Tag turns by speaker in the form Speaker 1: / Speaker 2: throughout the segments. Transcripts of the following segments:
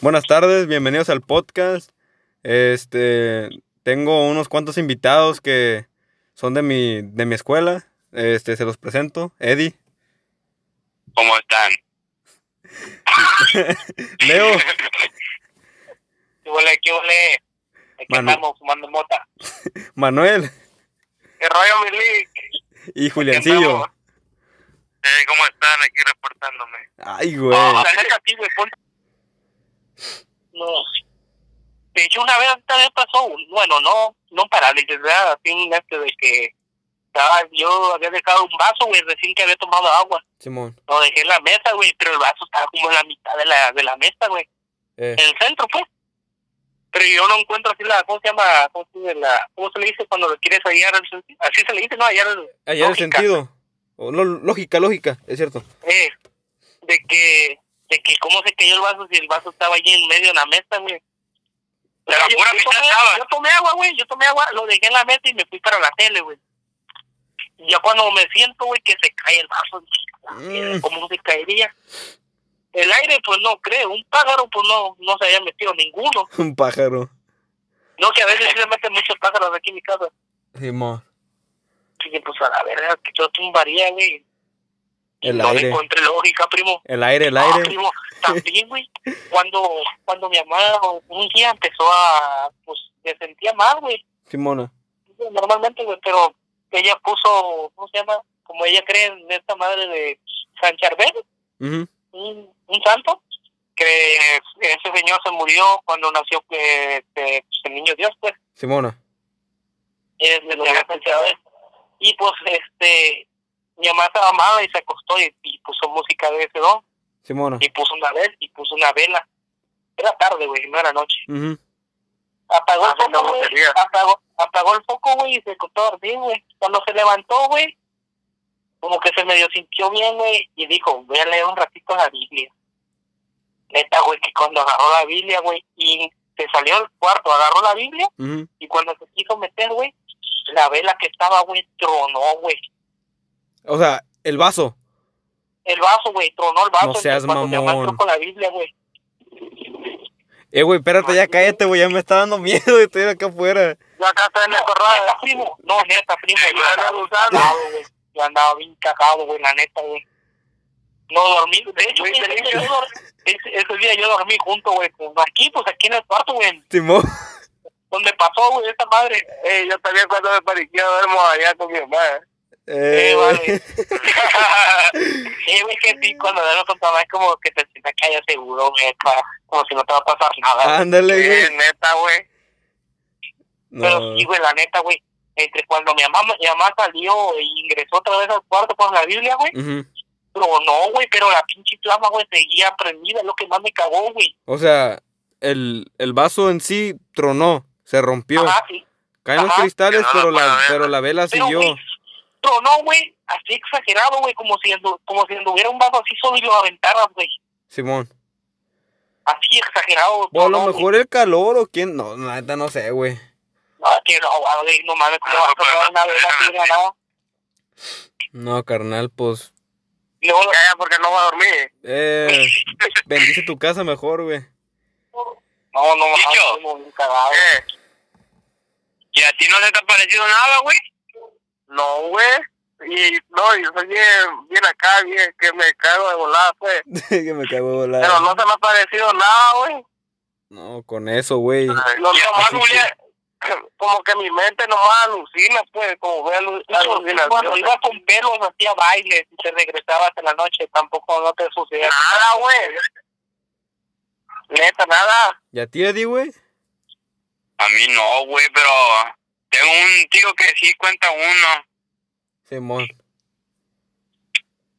Speaker 1: Buenas tardes, bienvenidos al podcast. Este, tengo unos cuantos invitados que son de mi, de mi escuela. Este, se los presento. Eddie,
Speaker 2: ¿Cómo están?
Speaker 1: Leo,
Speaker 2: ¿Qué huele? ¿Qué huele? Aquí
Speaker 1: Manu.
Speaker 2: estamos fumando mota.
Speaker 1: Manuel
Speaker 2: ¿Qué rollo, Mili?
Speaker 1: y Juliancillo.
Speaker 2: Eh, ¿Cómo están? Aquí reportándome.
Speaker 1: Ay, güey.
Speaker 2: Acércate Oh, aquí, güey, ponte. No. De hecho, una vez también pasó, un- bueno, no, no parálisis, ¿verdad? Así un este de que estaba, yo había dejado un vaso, güey, recién que había tomado agua.
Speaker 1: Simón.
Speaker 2: Lo dejé en la mesa, güey, pero el vaso estaba como en la mitad de la, de la mesa, güey.
Speaker 1: Eh,
Speaker 2: en el centro, pues. Pero yo no encuentro así la, ¿cómo se llama? ¿Cómo se, dice? La- cómo se le dice cuando lo quieres hallar? el sen- Así se le dice, ¿no? Hallar el,
Speaker 1: allá el
Speaker 2: Lógica.
Speaker 1: sentido. O, no, lógica, lógica, es cierto.
Speaker 2: eh, de que, de que cómo se cayó el vaso si el vaso estaba allí en medio de la mesa, güey. Pero yo, yo tomé, yo tomé agua, güey, yo tomé agua, lo dejé en la mesa y me fui para la tele, güey. Y ya cuando me siento, güey, que se cae el vaso,
Speaker 1: Mm.
Speaker 2: ¿cómo se caería? El aire, pues no creo, un pájaro, pues no, no se había metido ninguno.
Speaker 1: Un pájaro.
Speaker 2: No, que a veces sí se meten muchos pájaros aquí en mi casa.
Speaker 1: Simón.
Speaker 2: Y pues a la verga, que yo tumbaría, güey. Y
Speaker 1: El
Speaker 2: no le
Speaker 1: aire.
Speaker 2: encontré lógica, primo.
Speaker 1: El aire, el
Speaker 2: Ah,
Speaker 1: aire.
Speaker 2: primo, también, güey, cuando, cuando mi mamá un día empezó a, pues, se sentía mal, güey.
Speaker 1: Simona.
Speaker 2: Normalmente, güey, pero ella puso, ¿cómo se llama? Como ella cree en esta madre de San Charbel,
Speaker 1: Ujú.
Speaker 2: un, un santo, que ese señor se murió cuando nació eh, este, el niño Dios, pues.
Speaker 1: Simona.
Speaker 2: es de los más pensadores. Y pues este, mi mamá estaba amada y se acostó y, y puso música de ese don,
Speaker 1: Simona.
Speaker 2: y puso una vela, y puso una vela. Era tarde, güey, no era noche.
Speaker 1: Ujú.
Speaker 2: Apagó el
Speaker 3: Ah,
Speaker 2: foco,
Speaker 3: la
Speaker 2: güey,
Speaker 3: batería.
Speaker 2: apagó, apagó el foco, güey, y se acostó a dormir, güey. Cuando se levantó, güey, como que se medio sintió bien, güey, y dijo, voy a leer un ratito la Biblia. Neta, güey, que cuando agarró la Biblia, güey, y se salió del cuarto, agarró la Biblia,
Speaker 1: Ujú.
Speaker 2: y cuando se quiso meter, güey, la vela que estaba, güey, tronó, güey.
Speaker 1: O sea, el vaso.
Speaker 2: El vaso, güey, tronó el vaso.
Speaker 1: No seas
Speaker 2: cuando mi mamá
Speaker 1: mamón.
Speaker 2: entró con la Biblia, güey.
Speaker 1: Eh, güey, espérate, ya cállate, güey. Ya me está dando miedo de estoy acá afuera.
Speaker 2: Yo acá está en la corral. Neta, primo. No, neta, primo.
Speaker 3: Sí,
Speaker 2: Yo andaba
Speaker 3: claro.
Speaker 2: cagado, güey. Yo andaba bien cagado, güey, la neta, güey. No dormí. De hecho,
Speaker 3: Güey,
Speaker 2: ese
Speaker 3: te
Speaker 2: día,
Speaker 3: dije.
Speaker 2: yo, dor- ese- ese día yo dormí junto, güey, con aquí, pues aquí en el cuarto, güey,
Speaker 1: Simón.
Speaker 2: donde pasó, güey, esa madre.
Speaker 3: Eh, yo también cuando me parecía duermo allá con mi mamá.
Speaker 2: Eh,
Speaker 1: Eh,
Speaker 2: vale. Sí, güey, que sí, cuando duermes con tu mamá es como que te sientas que haya seguro, güey, pa- como si no te va a pasar nada. güey.
Speaker 1: Ándale,
Speaker 3: Eh,
Speaker 1: güey.
Speaker 3: neta, güey.
Speaker 2: Pero
Speaker 1: No.
Speaker 2: sí, güey, la neta, güey. Entre cuando mi mamá, mi mamá salió e ingresó otra vez al cuarto con la Biblia, güey.
Speaker 1: Ujú.
Speaker 2: Pero no, güey, pero la pinche flama, güey, seguía prendida. es Lo que más me cagó, güey.
Speaker 1: O sea, el, el vaso en sí tronó, se rompió.
Speaker 2: Ajá, sí.
Speaker 1: Caen los
Speaker 2: ajá,
Speaker 1: cristales, pero
Speaker 3: quedó la
Speaker 1: la,
Speaker 3: calavera.
Speaker 1: pero la vela
Speaker 2: Pero,
Speaker 1: siguió.
Speaker 2: güey, tronó, güey, así exagerado, güey, como si, andu- como si anduviera un vaso así solo y lo aventaras, güey.
Speaker 1: Simón.
Speaker 2: Así exagerado.
Speaker 1: O a
Speaker 2: tronó,
Speaker 1: lo
Speaker 2: güey.
Speaker 1: mejor el calor o quién. No, la neta no sé, güey.
Speaker 2: No,
Speaker 3: Ah,
Speaker 2: que no, güey, no mames, cómo
Speaker 3: No,
Speaker 2: vas a
Speaker 3: pero
Speaker 2: tronar
Speaker 3: no
Speaker 2: una vela así de la nada.
Speaker 1: No, carnal, pues.
Speaker 2: Y luego,
Speaker 3: Ya, ya, porque no va a dormir.
Speaker 1: Eh, bendice tu casa mejor, güey.
Speaker 2: no, no, mames,
Speaker 3: Dicho.
Speaker 2: como un cagado.
Speaker 3: Eh. ¿Y a ti no se te ha parecido nada, güey? No, güey. Y no, yo soy bien, bien acá, bien, que me cago de volada, pues.
Speaker 1: que me cago de
Speaker 3: Pero
Speaker 1: volar.
Speaker 3: no se me ha parecido nada, güey.
Speaker 1: No, con eso, güey.
Speaker 3: Lo
Speaker 2: Ya,
Speaker 3: nomás,
Speaker 1: así
Speaker 3: Julia, como que mi mente nomás alucina, pues, como ve alu-
Speaker 2: Yo Cuando
Speaker 3: alucinaciones.
Speaker 2: iba con pelos hacía bailes y te regresabas en la noche, tampoco no te sucedía.
Speaker 3: Nada, güey.
Speaker 2: Neta, nada.
Speaker 1: ¿Y a ti, Eddie, güey?
Speaker 3: A mí no, güey, pero tengo un tío que sí cuenta uno.
Speaker 1: Simón.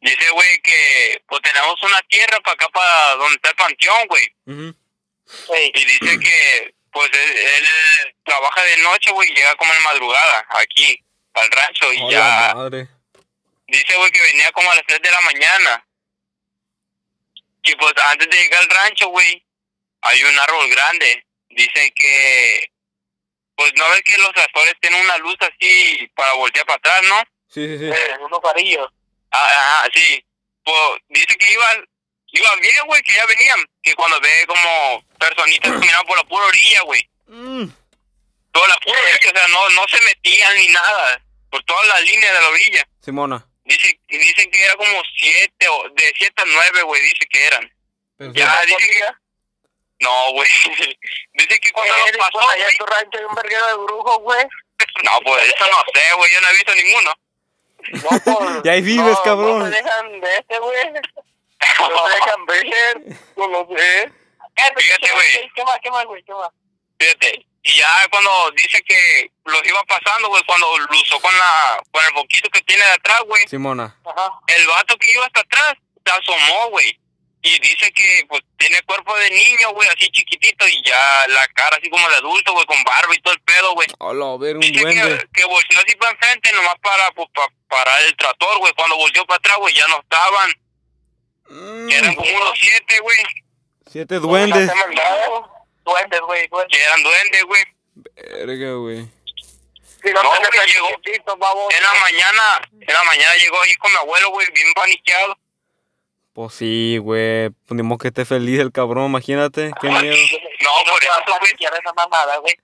Speaker 3: Dice, güey, que pues tenemos una tierra para acá, para donde está el panteón, güey.
Speaker 1: Ujú.
Speaker 2: Sí.
Speaker 3: Y dice que, pues, él, él trabaja de noche, güey, y llega como en la madrugada aquí, al rancho. Y
Speaker 1: Hola,
Speaker 3: ya
Speaker 1: madre.
Speaker 3: dice, güey, que venía como a las 3 de la mañana. Y pues, antes de llegar al rancho, güey, hay un árbol grande. Dice que, pues, no ves que los astores tienen una luz así para voltear para atrás, ¿no?
Speaker 1: Sí, sí, sí.
Speaker 2: Eh, unos varillos.
Speaker 3: Ah, Ajá, sí. Pues, dice que iban, iban bien, güey, que ya venían. que cuando ve como personitas caminando por la pura orilla, güey.
Speaker 1: Mm.
Speaker 3: Toda la pura orilla, o sea, no, no se metían ni nada. Por todas las líneas de la orilla.
Speaker 1: Simona.
Speaker 3: Dice, dicen que era como siete, o de siete a nueve, güey, dice que eran. Ya, dice que... No, güey. dice que cuando
Speaker 2: Eres,
Speaker 3: los pasó,
Speaker 2: pues, allá
Speaker 3: güey,
Speaker 2: en tu rancho hay un verguero de brujos, güey.
Speaker 3: No, pues eso no sé, güey, yo no he visto ninguno.
Speaker 2: No, pues,
Speaker 1: Y ahí vives,
Speaker 2: no,
Speaker 1: cabrón.
Speaker 2: No te dejan de este, güey. No te dejan ver. No lo sé.
Speaker 3: Fíjate, güey.
Speaker 2: ¿Qué más, qué más, güey? ¿Qué más?
Speaker 3: Fíjate, y ya cuando dice que los iba pasando, güey, cuando lo usó con la con el boquito que tiene de atrás, güey,
Speaker 1: Simona.
Speaker 2: Ajá.
Speaker 3: el vato que iba hasta atrás se asomó, güey. Y dice que pues tiene cuerpo de niño, güey, así chiquitito y ya la cara así como de adulto, güey, con barba y todo el pedo, güey.
Speaker 1: Hola, a ver, un
Speaker 3: Dice
Speaker 1: duende.
Speaker 3: que, que volteó así para enfrente nomás para pues, pa- parar el tractor, güey. Cuando volteó para atrás, güey, ya no estaban.
Speaker 1: Mm,
Speaker 3: que Eran como unos siete, güey.
Speaker 1: Siete duendes.
Speaker 2: ¿Te mandado? Duendes, güey, duendes.
Speaker 3: Que eran duendes, güey.
Speaker 1: Verga, güey.
Speaker 2: Si no,
Speaker 3: No,
Speaker 2: te
Speaker 3: güey,
Speaker 2: dejan
Speaker 3: llegó.
Speaker 2: chiquitito, vamos.
Speaker 3: En la mañana, en la mañana llegó ahí con mi abuelo, güey, bien paniqueado.
Speaker 1: Pues sí, güey. Pues ni modo que esté feliz el cabrón, imagínate. Qué miedo.
Speaker 3: No, por eso, güey.
Speaker 2: Quiero esa mamada, güey.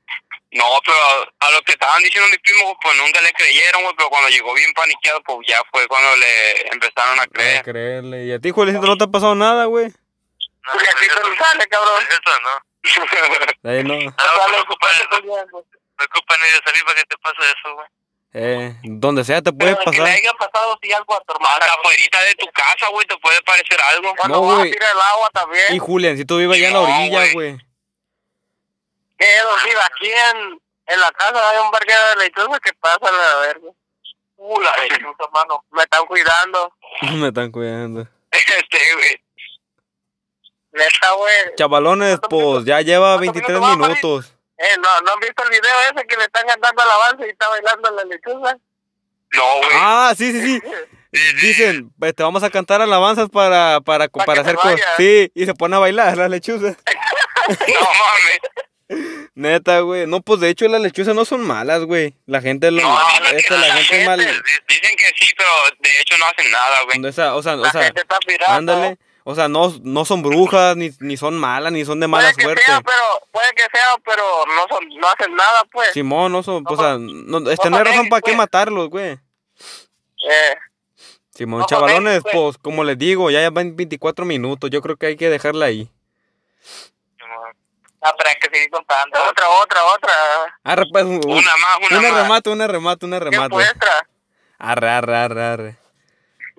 Speaker 3: No, pero a lo que estaban diciendo mis primos, pues nunca le creyeron, güey. Pero cuando llegó bien paniqueado, pues ya fue cuando le empezaron a
Speaker 1: No
Speaker 3: creer.
Speaker 1: creerle. ¿Y a ti, Juelicito, no te ha pasado nada, güey?
Speaker 2: Porque aquí
Speaker 3: Pues
Speaker 2: te lo sale, cabrón.
Speaker 3: Eso no. pues
Speaker 1: Ahí no.
Speaker 2: No, no, no,
Speaker 3: No, no, no, no es culpa ni de salir para que te pase eso, güey.
Speaker 1: Eh, donde sea te puede
Speaker 2: Pero que le
Speaker 1: pasar.
Speaker 2: haya pasado sí algo a tu hermana.
Speaker 3: Hasta afuera de tu casa, güey, te puede parecer algo.
Speaker 2: Cuando
Speaker 1: No,
Speaker 2: vas a
Speaker 1: güey.
Speaker 2: tirar el agua también.
Speaker 1: Y Julián, si tú vives allá en la
Speaker 3: No,
Speaker 1: orilla,
Speaker 3: güey.
Speaker 1: güey.
Speaker 2: Que es dormida aquí en, en la casa hay un verguero de lechuza que pasa la verga. Uh, la lechuza, mano. Me están cuidando.
Speaker 1: Me están cuidando.
Speaker 3: Este, güey.
Speaker 2: Neta, güey.
Speaker 1: Chavalones,
Speaker 2: ¿Cuántos
Speaker 1: pues ya lleva
Speaker 2: cuántos
Speaker 1: 23
Speaker 2: minutos vamos,
Speaker 1: minutos.
Speaker 2: Eh, ¿no, ¿No han visto el video ese que le están cantando alabanza y está bailando la lechuza?
Speaker 3: No, güey.
Speaker 1: Ah, sí, sí, sí.
Speaker 3: Sí, sí.
Speaker 1: Dicen, pues te vamos a cantar alabanzas para, para, para,
Speaker 2: que
Speaker 1: hacer
Speaker 2: te
Speaker 1: cosas.
Speaker 2: vayas.
Speaker 1: Sí, y se pone a bailar las lechuzas.
Speaker 3: No mames.
Speaker 1: Neta, güey. No, pues de hecho las lechuzas no son malas, güey. La gente lo.
Speaker 3: No, dicen que
Speaker 1: esta, la
Speaker 3: la
Speaker 1: gente es mal.
Speaker 3: Di- Dicen que sí, pero de hecho no hacen nada, güey.
Speaker 1: esa- o sea, o
Speaker 2: La
Speaker 1: sea,
Speaker 2: gente está pirata.
Speaker 1: ándale. O sea, no, no son brujas, ni, ni son malas, ni son de mala
Speaker 2: Puede que
Speaker 1: suerte.
Speaker 2: sea, pero, puede que sea, pero no, son, no hacen nada, pues.
Speaker 1: Simón, no son, pues, o sea, no, este,
Speaker 2: son
Speaker 1: no hay razón
Speaker 2: débiles,
Speaker 1: para qué
Speaker 2: pues.
Speaker 1: matarlos, güey.
Speaker 2: Eh,
Speaker 1: Simón,
Speaker 2: No son
Speaker 1: chavalones,
Speaker 2: débiles,
Speaker 1: pues,
Speaker 2: pues.
Speaker 1: como les digo, ya van 24 minutos. Yo creo que hay que dejarla ahí.
Speaker 2: ah, pero hay que seguir contando. Otra, otra, otra.
Speaker 1: Arre, pues, un-
Speaker 3: Una más, una,
Speaker 1: una
Speaker 3: más.
Speaker 1: remate, una remate, una
Speaker 2: ¿Qué
Speaker 1: remate.
Speaker 2: muestra?
Speaker 1: Arre, arre, arre, arre.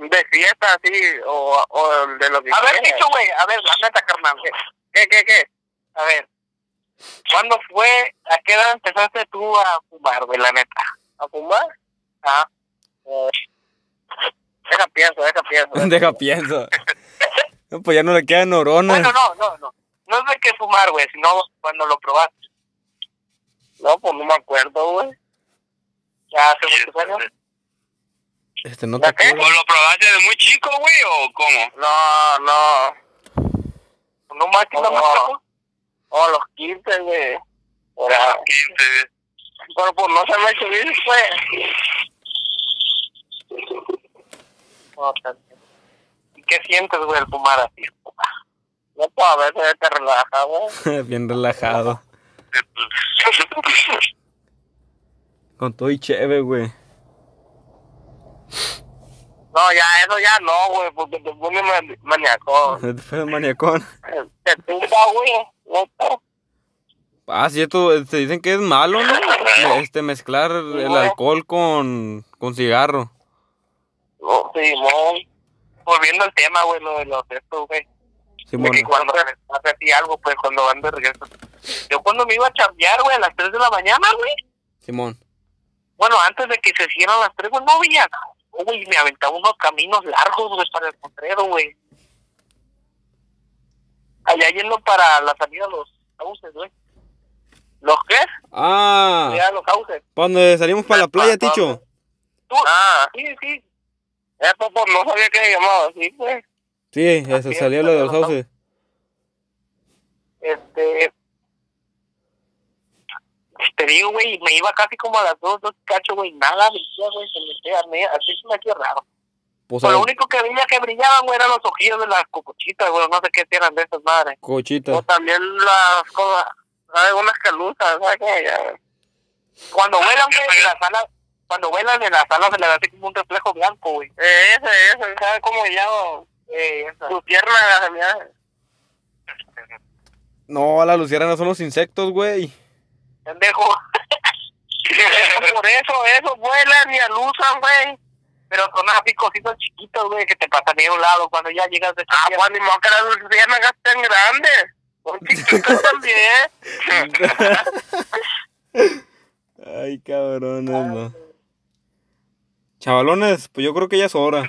Speaker 2: de fiesta así o, o de lo que
Speaker 3: A ver,
Speaker 2: dicho
Speaker 3: Chicho,
Speaker 2: güey a ver la neta carnal qué qué qué a ver ¿cuándo fue a qué edad empezaste tú a fumar güey la neta a fumar ah eh, deja pienso deja pienso
Speaker 1: Deja pienso. No, pues ya no le quedan neuronas.
Speaker 2: bueno no no no no es de qué fumar güey sino cuando lo probaste no pues no me acuerdo güey ya hace muchos años
Speaker 1: Este, no te
Speaker 2: ¿La qué?
Speaker 1: acuerdas.
Speaker 3: ¿O lo probaste de muy chico, güey, o cómo?
Speaker 2: no no
Speaker 3: No más
Speaker 2: que la más- o los 15 güey Ahora,
Speaker 3: 15.
Speaker 2: Pero pues no se me hecho bien, pues. No, tanto. ¿Y qué sientes, güey, el fumar así? No, pues a veces te relaja, güey.
Speaker 1: Bien relajado. Con todo y chévere, güey.
Speaker 2: No, ya, eso ya no, güey, porque te pone mani- maniacón.
Speaker 1: Fue maniacón.
Speaker 2: Te tumba, güey. neta.
Speaker 1: Ah, sí, esto eh, te dicen que es malo, ¿no? Me- Este, mezclar el
Speaker 2: No.
Speaker 1: alcohol con, con cigarro.
Speaker 2: No, Simón. Volviendo al tema, güey, lo de los estos, güey.
Speaker 1: Simón.
Speaker 2: De que cuando hace así algo, pues, cuando van de regreso. Yo cuando me iba a chambear, güey, a las 3 de la mañana, güey.
Speaker 1: Simón.
Speaker 2: Bueno, antes de que se hicieran las tres, güey, no había nada. Güey, me aventaba unos caminos largos, güey, para el potrero, güey. Allá yendo para la salida de los cauces, güey. ¿Los qué?
Speaker 1: Ah,
Speaker 2: Ya, los cauces.
Speaker 1: cuando salimos para la playa, Ticho.
Speaker 2: Tú, ah. Sí, sí. Ya, pues, pues, no sabía que se llamaba así, pues, güey.
Speaker 1: Sí, eh, se salió lo de los sauces.
Speaker 2: Este... Te digo, güey, me iba casi como a las dos, dos y cacho, güey. Nada, me decía, güey, se me queda, me- así se me hacía raro.
Speaker 1: Pues a
Speaker 2: Pues lo único que veía que brillaban, güey, eran los ojillos de las cucuchitas, güey, no sé qué eran de esas madres. O
Speaker 1: cochita.
Speaker 2: también las cosas, ¿sabes? Unas caluzas, ¿sabes? qué? Ya. Cuando vuelan, güey, en la sala, cuando vuelan en la sala se le hace como un reflejo blanco, güey. Eh, ese, ese, ¿sabes cómo se llama? Eh, Su pierna, se me hace.
Speaker 1: No, las luciérnagas son los insectos, güey.
Speaker 2: pendejo. Por eso, eso, vuelan y alusan, güey. Pero son así cositas chiquitas, güey, que te pasan a un lado cuando ya llegas de Ah, Juan, ni modo que las luciérnagas tan grandes. Son chiquitas también.
Speaker 1: Ay, cabrones, no. Chavalones, pues yo creo que ya es hora.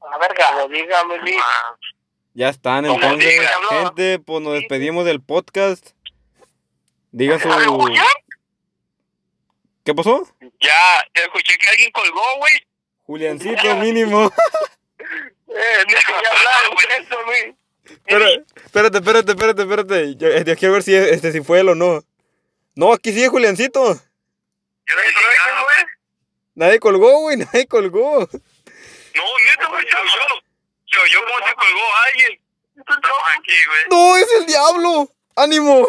Speaker 2: A verga, dígame, mi.
Speaker 1: Ya están,
Speaker 3: Como
Speaker 1: entonces,
Speaker 3: diga,
Speaker 2: ¿no?
Speaker 1: gente, pues nos despedimos del podcast. Diga su... ¿Qué pasó?
Speaker 3: Ya, escuché que alguien colgó, güey.
Speaker 1: Juliancito mínimo.
Speaker 2: Eh, ni que hablar, güey, eso, mi.
Speaker 1: Pero, espérate, espérate, espérate, espérate. Yo, yo quiero ver si, este, si fue él o no. No, aquí sigue Juliancito.
Speaker 3: Yo no dije nada, güey.
Speaker 1: Nadie colgó, güey, nadie colgó.
Speaker 3: No, neta, güey, se oyó. Se oyó como se colgó alguien. No, aquí, güey.
Speaker 1: No, es el diablo. Ánimo.